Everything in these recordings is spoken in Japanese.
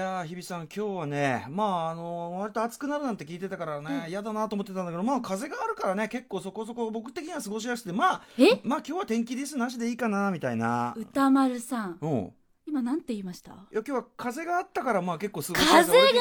いやー日比さん、今日はね、まあ、あの割と暑くなるなんて聞いてたからね、嫌だなと思ってたんだけど、まあ、風があるからね、結構そこそこ、僕的には過ごしやすくて、まあ、えまあ、今日は天気リスなしでいいかな、みたいな。歌丸さんうん。い今なんて言いましたや、今日は風があったから、まあ、結構過ごしやす風があったじい。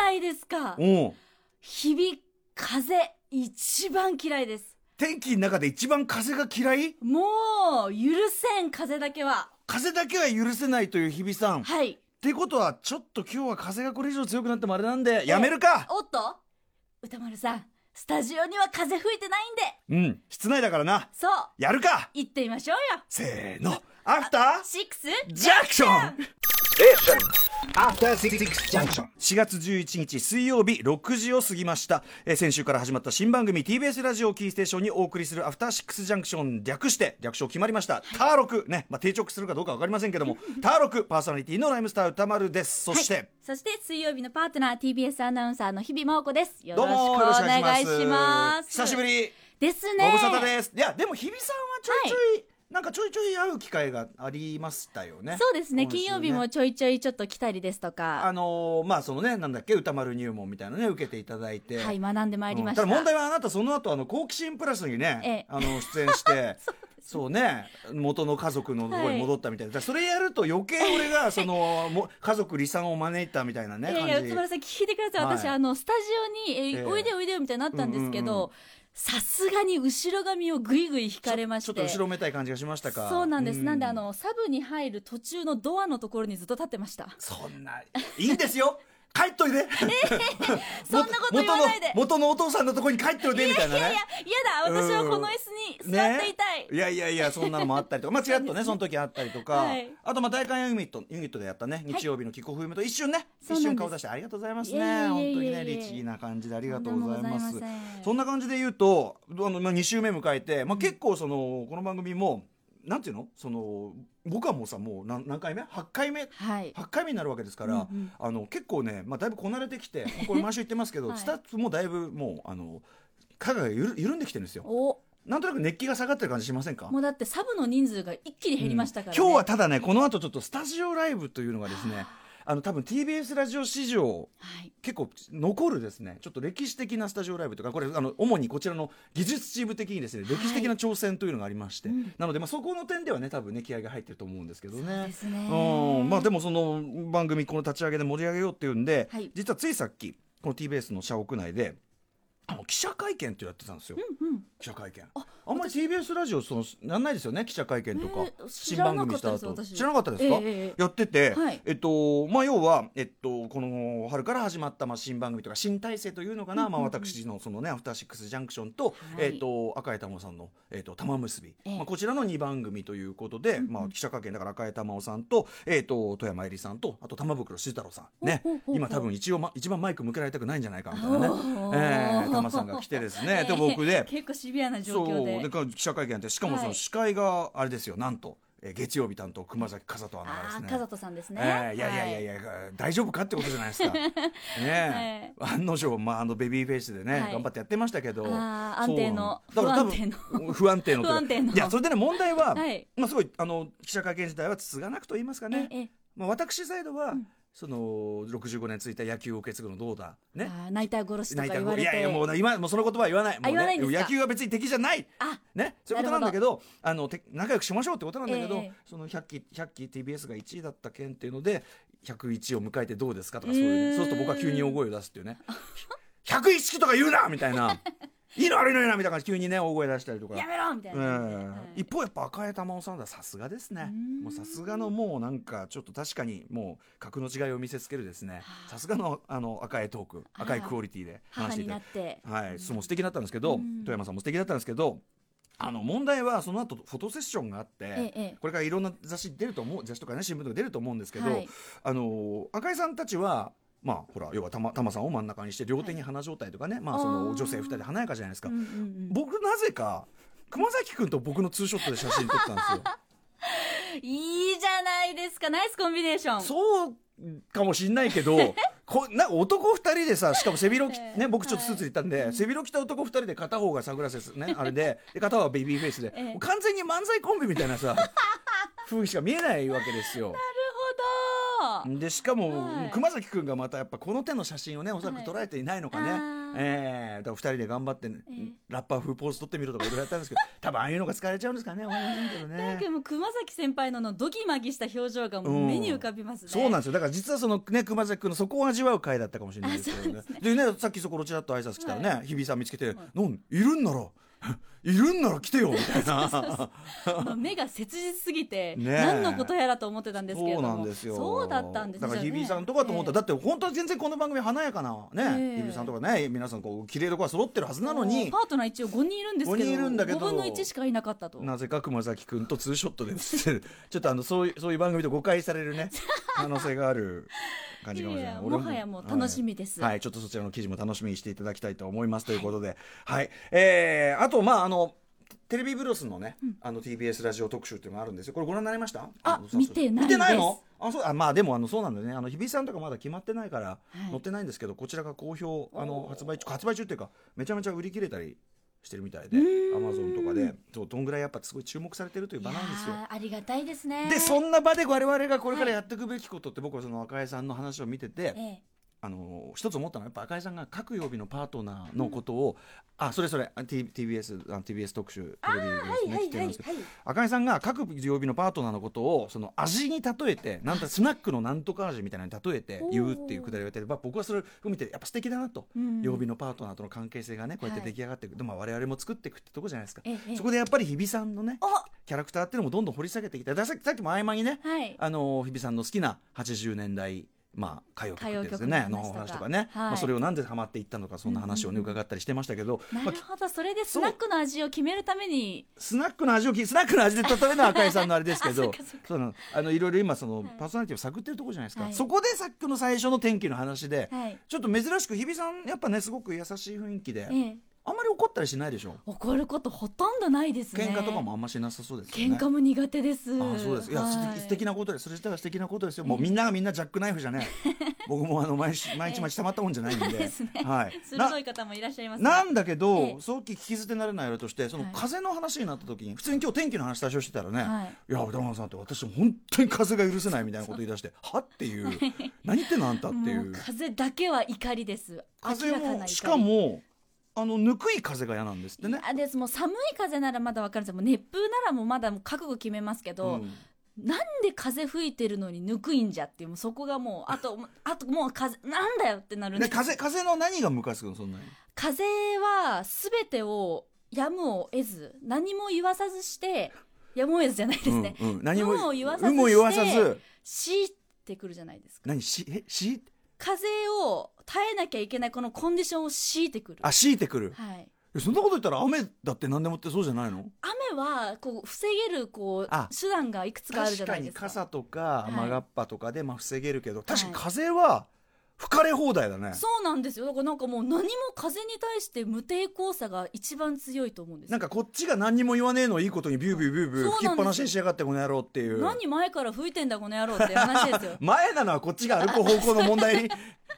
ゃないですかうん。日々風一番嫌いです天気の中で一番風が嫌いもう許せん風だけは風だけは許せないという日比さん。っはいてことは、ちょっと今日は風がこれ以上強くなってもあれなんで、やめるかおっと歌丸さんスタジオには風吹いてないんでうん。室内だからな。そうやるか行ってみましょうよせーの。アフターシックスジャンクション After Six Junction. 4月11日水曜日6時を過ぎました、えー先週から始まった新番組 TBS ラジオをキーステーションにお送りする「アフターシックスジャンクション」略して略称決まりました「ターロク」ね、まあ、定着するかどうか分かりませんけども「ターロク」パーソナリティのライムスター歌丸ですそして、はいそして水曜日のパートナー TBS アナウンサーの日々真央子ですよどろうしくもおよろしくお願いし願いますします久しぶり、ですねご無沙汰ですいやでも日比さんはちょいちょい、なんかちょいちょい会う機会がありましたよねそうですね今週金曜日もちょいちょいちょっと来たりですとあかのーまあそのねなんだっけ歌丸入門みたいなのね受けていただいてはい学んでまいりました、うんだ問題はあなたその後あの好奇心プラスにね、ええあの出演 して。そうね元の家族のところに戻ったみたいな、だからそれやると余計俺がそ のも家族離散を招いたみたいなねいやいや、感じ松丸さん、聞いてください、私、はいあのスタジオに、えええおいでよおいでよみたいになったんですけうんうんうど、さすがに後ろ髪をぐいぐい引かれまして、ちょっと後ろめたい感じがしましたかそうなんです、なんであの、サブに入る途中のドアのところにずっと立ってました、そんないいんですよ帰っと いで、そんなこと言わないで、元の元のお父さんのところに帰っといでみたいなねいやいや、嫌だ、私はこの椅子に座っていたい、ね、いやいやいやそんなのもあったりとかまあちらっとねその時あったりとか、はいあとまあ大韓ユニットユニットでやったねい日曜日の帰国風夢と一瞬ねそう一な瞬んです顔出してありがとうございますねいえいえいえいえ本当にね律儀な感じでありがとうございますとんでもございませんそんな感じで言うとあの、まあ、2週目迎えて、まあ、結構そのこの番組もなんていうのその僕はもうさもう何何回目 ?8 回目はい、 8回目になるわけですから、うんうんあの結構ね、まあ、だいぶこなれてきてこれ毎週言ってますけど、 はいスタッフもだいぶもうあの影がゆる緩んできてるんですよ。おなんとなく熱気が下がってる感じしませんかもうだって、サブの人数が一気に減りましたから、ね今日はただねこの後ちょっとスタジオライブというのがですねあの多分 TBS ラジオ史上はい、結構残るですねちょっと歴史的なスタジオライブというかこれあの主にこちらの技術チーム的にですねい歴史的な挑戦というのがありまして、うんなので、まあ、そこの点ではね多分ね気合が入ってると思うんですけどね。そうですねうんまあ、でもその番組この立ち上げで盛り上げようっていうんで、はい実はついさっきこの TBS の社屋内であの記者会見ってやってたんですよ。うんうん記者会見あんまり TBS ラジオそのやんないですよね記者会見とか、えー新番組した知ら後なかったです私知らなかったですか、ええええやってて、はいえっとまあ、要は、えっと、この春から始まった、まあ、新番組とか新体制というのかな、まあ、私のその、ね「アフターシックス・ジャンクションと」いえっと、赤江珠緒さんの「えっと、玉結び」ええまあ、こちらの2番組ということで、まあ、記者会見だから赤江珠緒さんと,、えっと富山えりさんとあと玉袋修太郎さんねほうほうほうほう今多分一応、ま、一番マイク向けられたくないんじゃないかみたいなねおー、えー、玉さんが来てです ね、で僕で。結構シビアな状況でそうか記者会見やってしかもそはのい司会があれですよ、なんと、えー月曜日担当熊崎風人アナがであすあねー、かざとさんですね。えーいやいやいやいや。や、大丈夫かってことじゃない ですかねえ、案の定、まあ、あのベビーフェイスでね、はい頑張ってやってましたけどあー安定のそうなんですだから多分不安定の不安定のいやそれでね問題は、はいまあ、すごいあの記者会見自体はつつがなくと言いますかね、ええまあ、私サイドは、その65年ついた野球を受け継ぐのどうだね、あーナイター殺しとか言われいて。やいやもうな今もうその言葉は言わないもう、ね、言わないんですか野球は別に敵じゃないあね、そういうことなんだけどあのて仲良くしましょうってことなんだけど、ええその100期100期 TBS が1位だった件っていうので101を迎えてどうですかとかそういううーねんそうすると僕は急に大声を出すっていうね 101期とか言うなみたいな いいの悪いのよなみたいな感じで急にね大声出したりとか。やめろみたいええな感じで。はい一方やっぱ赤江珠緒さんださすがですねうんもうさすがのもうなんかちょっと確かにもう格の違いを見せつけるですねあさすがのあの赤江トークあら赤いクオリティで話母していにたなだいってて。はい、うん質問素敵だったんですけど、うん富山さんも素敵だったんですけどあの問題はその後フォトセッションがあって、ええこれからいろんな雑誌出ると思う雑誌とかね新聞とか出ると思うんですけど、はいあの赤井さんたちは。まあ、ほら要はたまたまさんを真ん中にして両手に花状態とかね、まあ、そあのー女性2人で華やかじゃないですか、うんうんうん僕なぜか熊崎君と僕のツーショットで写真撮ったんですよ。いいじゃないですか。ナイスコンビネーション。そうかもしんないけ どこなんか男2人でさしかも背広着、ええね、僕ちょっとスーツで行ったんで、背広着た男2人で片方がサングラスですねあれでで片方はベビーフェイスで、ええもう 完全に漫才コンビみたいなさ風にしか見えないわけですよ。なあでしかも、はい熊崎君がまたやっぱこの手の写真をねおそらくはい捉えていないのかね、あーええだから2人で頑張ってね、ええラッパー風ポーズ撮ってみるとかいろいろやったんですけど多分ああいうのが疲れちゃうんですかね思いませんけどなんかね。もう熊崎先輩のあのドギマギした表情がもう目に浮かびますね、そうなんんですよだから実はそのね熊崎君のそこを味わう回だったかもしれないですけどねでねさっきそころちらっと挨拶来たらね、日比さん見つけて「のんいるんならいるんなら来てよ」みたいな目が切実すぎて、ねえ何のことやらと思ってたんですけれそどうなもんですよそうだったんですねだから日比さんとじゃかあねと思ったら、だって本当は全然この番組華やかなね、ええ日比さんとかね皆さんこう綺麗どこは揃ってるはずなのもうにパートナー一応5人いるんですけ5ど人いるんだけど5分の1しかいなかったとなぜか熊崎君とツーショットで写ってる ちょっとあのそういうそういう番組と誤解される ね可能性がある感じかもしれないいやいや俺もはやもう楽しみですはい、はいちょっとそちらの記事も楽しみにしていただきたいと思いますということで、はいえーあとまああのテレビブロスのね、あの TBS ラジオ特集っていうのがあるんですよこれご覧になりましたあのそうそう見てない見てないのであそうあまあでもあのそうなんだよねあの日比さんとかまだ決まってないから、はい載ってないんですけどこちらが好評あの発売中発売中っていうかめちゃめちゃ売り切れたりしてるみたいでアマゾンとかでそうどんぐらいやっぱすごい注目されてるという場なんですよいや。ーありがたいですねでそんな場で我々がこれからやっていくべきことって僕はその赤江さんの話を見てて、ええあの一つ思ったのはやっぱ赤井さんが各曜日のパートナーのことを、あそれそれあ T- TBS, あ TBS 特集テレビですねはいはいはいはい来てるんですけど赤井さんが各曜日のパートナーのことをその味に例えてなんたスナックのなんとか味みたいなのに例えて言うっていうくだりをやっててまあ僕はそれを見てやっぱ素敵だなと、うん曜日のパートナーとの関係性がねこうやって出来上がっていく、でも我々も作っていくってとこじゃないですか、ええそこでやっぱり日比さんのねあキャラクターっていうのもどんどん掘り下げてきてだからさっきさっきも合間にね、はいあの日比さんの好きな80年代まあ、歌謡曲ってやつですね歌謡曲ののお話とか話とかね、はいまあ、それをなんでハマっていったのかそんな話をね、伺ったりしてましたけど、なまるあ、ほどそれでスナックの味を決めるためにスナックの味を聞いスナックの味で例えるのは赤井さんのあれですけ あそどっかそっかそのあのいろいろ今その、はいパーソナリティを探ってるとこじゃないですか、はいそこでさっきの最初の天気の話で、はいちょっと珍しく日比さんやっぱねすごく優しい雰囲気で、ええあんまり怒ったりしないでしょ怒ることほとんどないですね喧嘩とかもあんましなさそうですよね喧嘩も苦手ですああそうですいや、素は敵素敵なことですそれ自体は素敵なことですよもうみんながみんなジャックナイフじゃね 僕もあの毎日毎日毎日たまったもんじゃないんでそうですね、はい 鋭い方もいらっしゃいますねなんだけど、ええ早期聞き捨てなれないあれとしてそのはい風の話になった時に普通に今日天気の話最初してたらね、、はいや宇多丸さんって私本当に風が許せないみたいなこと言い出 してはっていう何言ってんのあんたっていもうう風だけは怒りです風明らかな怒もりしかもあのぬくい風が嫌なんですってね。あですもう寒い風ならまだわかるんですよもう熱風ならもうまだもう覚悟決めますけど、うんなんで風吹いてるのにぬくいんじゃっていうもうそこがもうあとあともう風なんだよってなるんでです風風の何がムカつくのそんなに風は全てをやむを得ず何も言わさずしてやむを得ずじゃないですね、うんうん、何も有無を言わさず有無を言わさしずて強いてくるじゃないですか何しえし風を耐えなきゃいけないこのコンディションを強いてくるあ強いてくる、はいえそんなこと言ったら雨だって何でもってそうじゃないの雨はこう防げるこうあ手段がいくつかあるじ確ゃなかいでにすか傘とかい雨がっぱとかでまあ防げるけど、確かにはい風は吹かれ放題だね、そうなんですよだからなんかもう何も風に対して無抵抗さが一番強いと思うんですなんかこっちが何にも言わねえのをいいことにビュービュービュービューそうなんです吹きっぱなしにしやがってこの野郎っていう何前から吹いてんだこの野郎って話 ですよ前なのはこっちが歩く方向の問題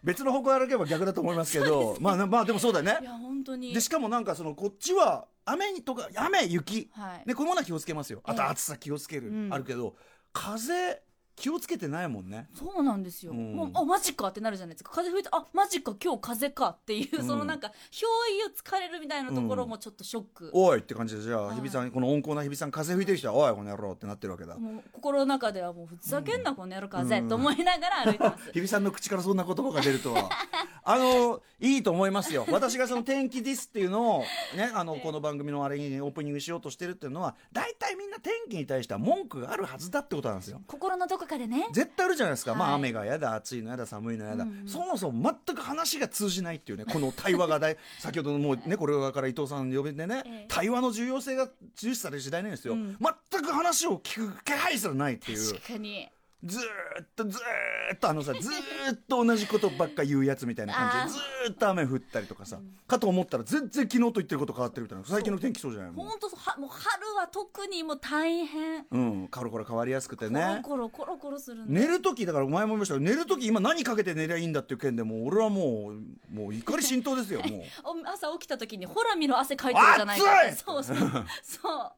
別の方向歩けば逆だと思いますけ どまあねまあでもそうだよいねや本当にでしかもなんかそのこっちは雨にとか雨雪、はいねこういうものは気をつけますよあとええ暑さ気をつける、うんあるけど風気をつけてないもんねそうなんですよ、うんもうあマジかってなるじゃないですか風吹いてあマジか今日風かっていう、うんそのなんか憑依をつかれるみたいなところもちょっとショック、おいって感じでじゃあはい日比さんこの温厚な日比さん風吹いてる人はおいこの野郎ってなってるわけだもう心の中ではもうふざけんなこの野郎風、と思いながら歩いてます日比さんの口からそんな言葉が出ると はあのいいと思いますよ私がその天気ですっていうのをねあのこの番組のあれにオープニングしようとしてるっていうのは大体みんな天気に対しては文句があるはずだってことなんですよ心のどこかでね絶対あるじゃないですか、まあはい雨が嫌だ暑いの嫌だ寒いの嫌だ、そもそも全く話が通じないっていう ねこの対話が大先ほどのもうねこれから伊藤さん呼べてね、ええ対話の重要性が重視される時代なんですよ、うん全く話を聞く気配すらないっていう確かにずーっとずーっとあのさずーっと同じことばっか言うやつみたいな感じでずーっと雨降ったりとかさ、かと思ったら全然昨日と言ってること変わってるみたいな最近の天気そうじゃないも本当はもう春は特にもう大変う、うん、コロコロ変わりやすくてコロねコロコロコロするんで寝る時だから前も言いましたけど寝る時今何かけて寝りゃいいんだっていう件でもう俺はもうもう怒り心頭ですよ もうお朝起きた時にほら見ろ汗かい てるじゃないかあ暑いそうそうそう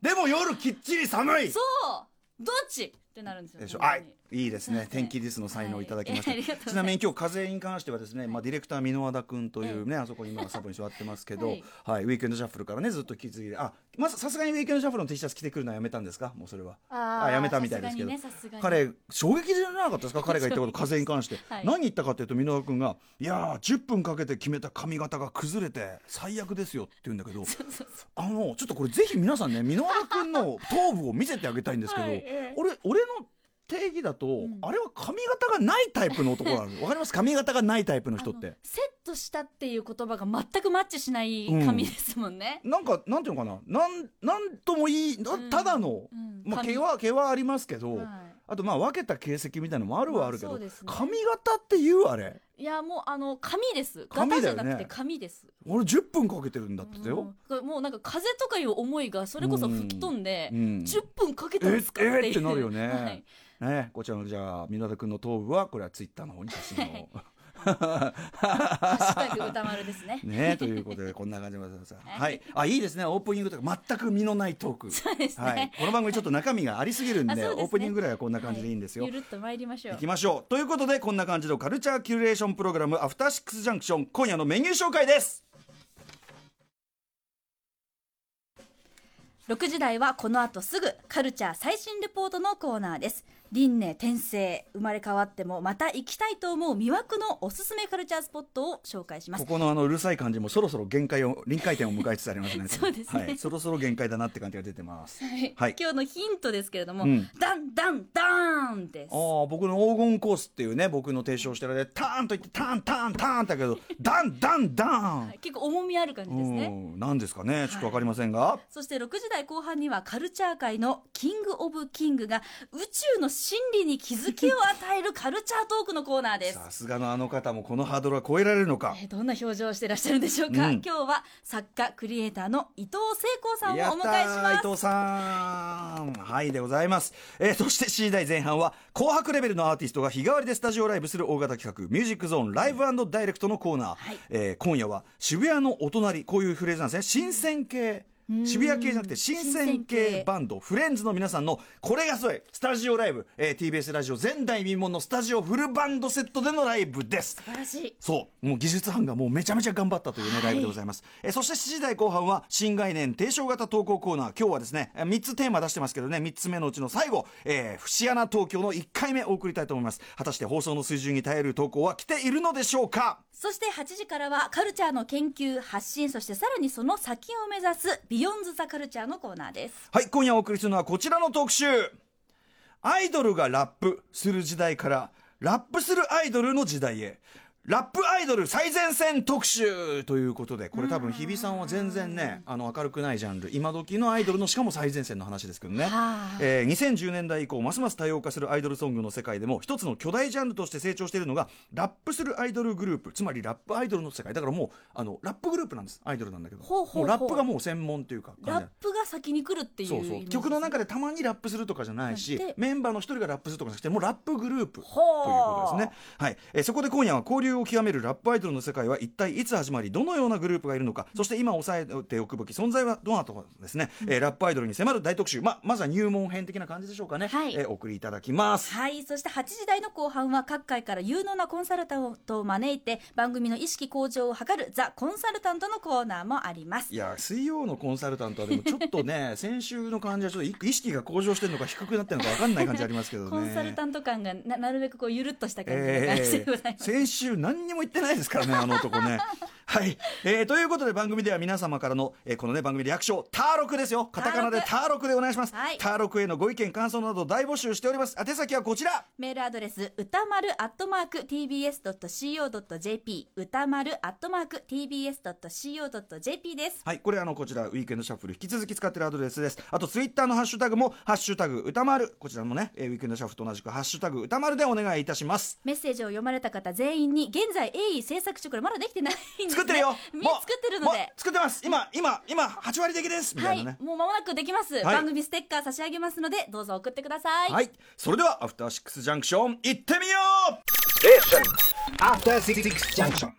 でも夜きっちり寒いそうどっちってなるんですよでしょ本あ当いにいいですねすいません天気ディスの才能をいただきました、はい ありがとうございますちなみに今日風に関してはですね、まあ、ディレクター箕輪田君というね、あそこに今サブに座ってますけど、ははいいウィークエンドシャッフルからねずっと気づいてあまずさすがにウィークエンドシャッフルの T シャツ着てくるのはやめたんですかもうそれはあーやめたみたいですけど、さすがにねさすがに 彼衝撃じゃなかったですか彼が言ったこと風に関して、はい何言ったかというと箕輪田君が「いやー10分かけて決めた髪型が崩れて最悪ですよ」って言うんだけどそうそうそうあのちょっとこれぜひ皆さんね箕輪田君の頭部を見せてあげたいんですけど、はいええ俺俺の定義だと、んあれは髪型がないタイプの男 なのわかります髪型がないタイプの人っあてのセットしたっていう言葉が全くマッチしない髪ですもんね、なんかなんていうのかななんなんともいいなうんただの、うんまあ、髪毛は毛はありますけど、はいあとまあ分けた形跡みたいのもあるはあるけど、まあそうですね髪型っていうあれいやもうあの紙です紙だ型じよゃねなくて紙です、俺10分かけてるんだってよ、うんもうなんか風とかいう思いがそれこそ吹き飛んで、うん10分かけたんですかっていう、ええってなるよね、はいねこちらのじゃあ箕輪田君の頭部はこれはツイッターの方に写真 を。ハッシュタグ歌 丸ですねねということでこんな感じでございます。いはい。あいいですねオープニングとか全く身のないトーク。そうですね、はい。この番組ちょっと中身がありすぎるんであそうですねオープニングぐらいはこんな感じでいいんですよ。はゆるっと参りましょう行きましょうということでこんな感じのカルチャーキュレーションプログラム「アフターシックスジャンクション」今夜のメニュー紹介です6時台はこの後すぐカルチャー最新レポートのコーナーです輪廻転生生まれ変わってもまた行きたいと思う魅惑のおすすめカルチャースポットを紹介しますここのあのうるさい感じもそろそろ限界を臨界点を迎えつつありますね そうですねはい、そろそろ限界だなって感じが出てますはいはい今日のヒントですけれども、うんダンダンダーンですああ僕の黄金コースっていうね僕の提唱してるでターンと言ってターンターンターンだけどダンダンダーンはい結構重みある感じですね、うんなんですかねちょっとわかりませんが、そして6時台後半にはカルチャー界のキング・オブ・キングが宇宙の真理に気づきを与えるカルチャートークのコーナーです。さすがのあの方もこのハードルは超えられるのかえーどんな表情をしていらっしゃるんでしょうか、うん今日は作家クリエイターの伊藤聖光さんやをっおた迎えしーま伊す藤さんはいでございます、えーそして7時台前半は紅白レベルのアーティストが日替わりでスタジオライブする大型企画「ミュージックゾーンライブダイレクト」のコーナー、はいえー今夜は渋谷のお隣こういうフレーズなんですね新鮮系渋谷系じゃなくて新鮮新鮮系系バンドフレンズの皆さんのこれがすごいスタジオライブ、えー TBS ラジオ前代未聞のスタジオフルバンドセットでのライブです素晴らしいそうもう技術班がもうめちゃめちゃ頑張ったというね、はいライブでございますえそして7時台後半は新概念提唱型投稿コーナー今日はですねえ3つテーマ出してますけどね3つ目のうちの最後、えー、節穴東京の1回目お送りたいと思います果たして放送の水準に耐える投稿は来ているのでしょうかそして8時からはカルチャーの研究発信そしてさらにその先を目指す「ビヨンズ・ザ・カルチャー」のコーナーですはい今夜お送りするのはこちらの特集アイドルがラップする時代からラップするアイドルの時代へラップアイドル最前線特集ということでこれ多分日比さんは全然ねあの明るくないジャンル今時のアイドルのしかも最前線の話ですけどねは、いえー2010年代以降ますます多様化するアイドルソングの世界でも一つの巨大ジャンルとして成長しているのがラップするアイドルグループつまりラップアイドルの世界だからもうあのラップグループなんですアイドルなんだけどほうほうほうもラップがもう専門というか感じなんラでップが先に来るっていうそうそう曲の中でたまにラップするとかじゃないしでメンバーの一人がラップするとかじゃなくてもうラップグループというほうことですね、はいえーそこで今夜は交流を極めるラップアイドルの世界は一体いつ始まりどのようなグループがいるのかそして今押さえておくべき存在はどうなとかですね、えーラップアイドルに迫る大特集、ままずは入門編的な感じでしょうかね、はいえーお送りいただきます。はいそして8時台の後半は各界から有能なコンサルタントを招いて番組の意識向上を図るザ・コンサルタントのコーナーもありますいや水曜のコンサルタントはでもちょっとね 先週の感じはちょっと意意識が向上してるのか低くなってるのか分かんない感じありますけどね。コンサルタント感がななるべくこうゆるっとした感じの感じでえござーいます、 先週何にも言ってないですからね あの男ねはい、えーということで番組では皆様からの、えーこのね番組略称ターロクですよカタカナでターロクでお願いしますター,、はいロクへのご意見感想など大募集しております宛先はこちら メールアドレス歌丸アットマーク tbs.co.jp 歌丸アットマーク tbs.co.jp ですはいこれあのこちらウィークエンドシャッフル引き続き使ってるアドレスですあとツイッターのハッシュタグも「ハッシュタグ歌丸」こちらもね、えーウィークエンドシャッフルと同じく「ハッシュタグ歌丸」でお願いいたしますメッセージを読まれた方全員に現在鋭意制作中これまだできてないんです、ね、作ってるよみもう作ってるのもでう作ってます今今今8割的ですみたはいいなね、もう間もなくできます、い番組ステッカー差し上げますのでどうぞ送ってください、はい、それではアフターシックスジャンクション行ってみよう Station. After Six Junction.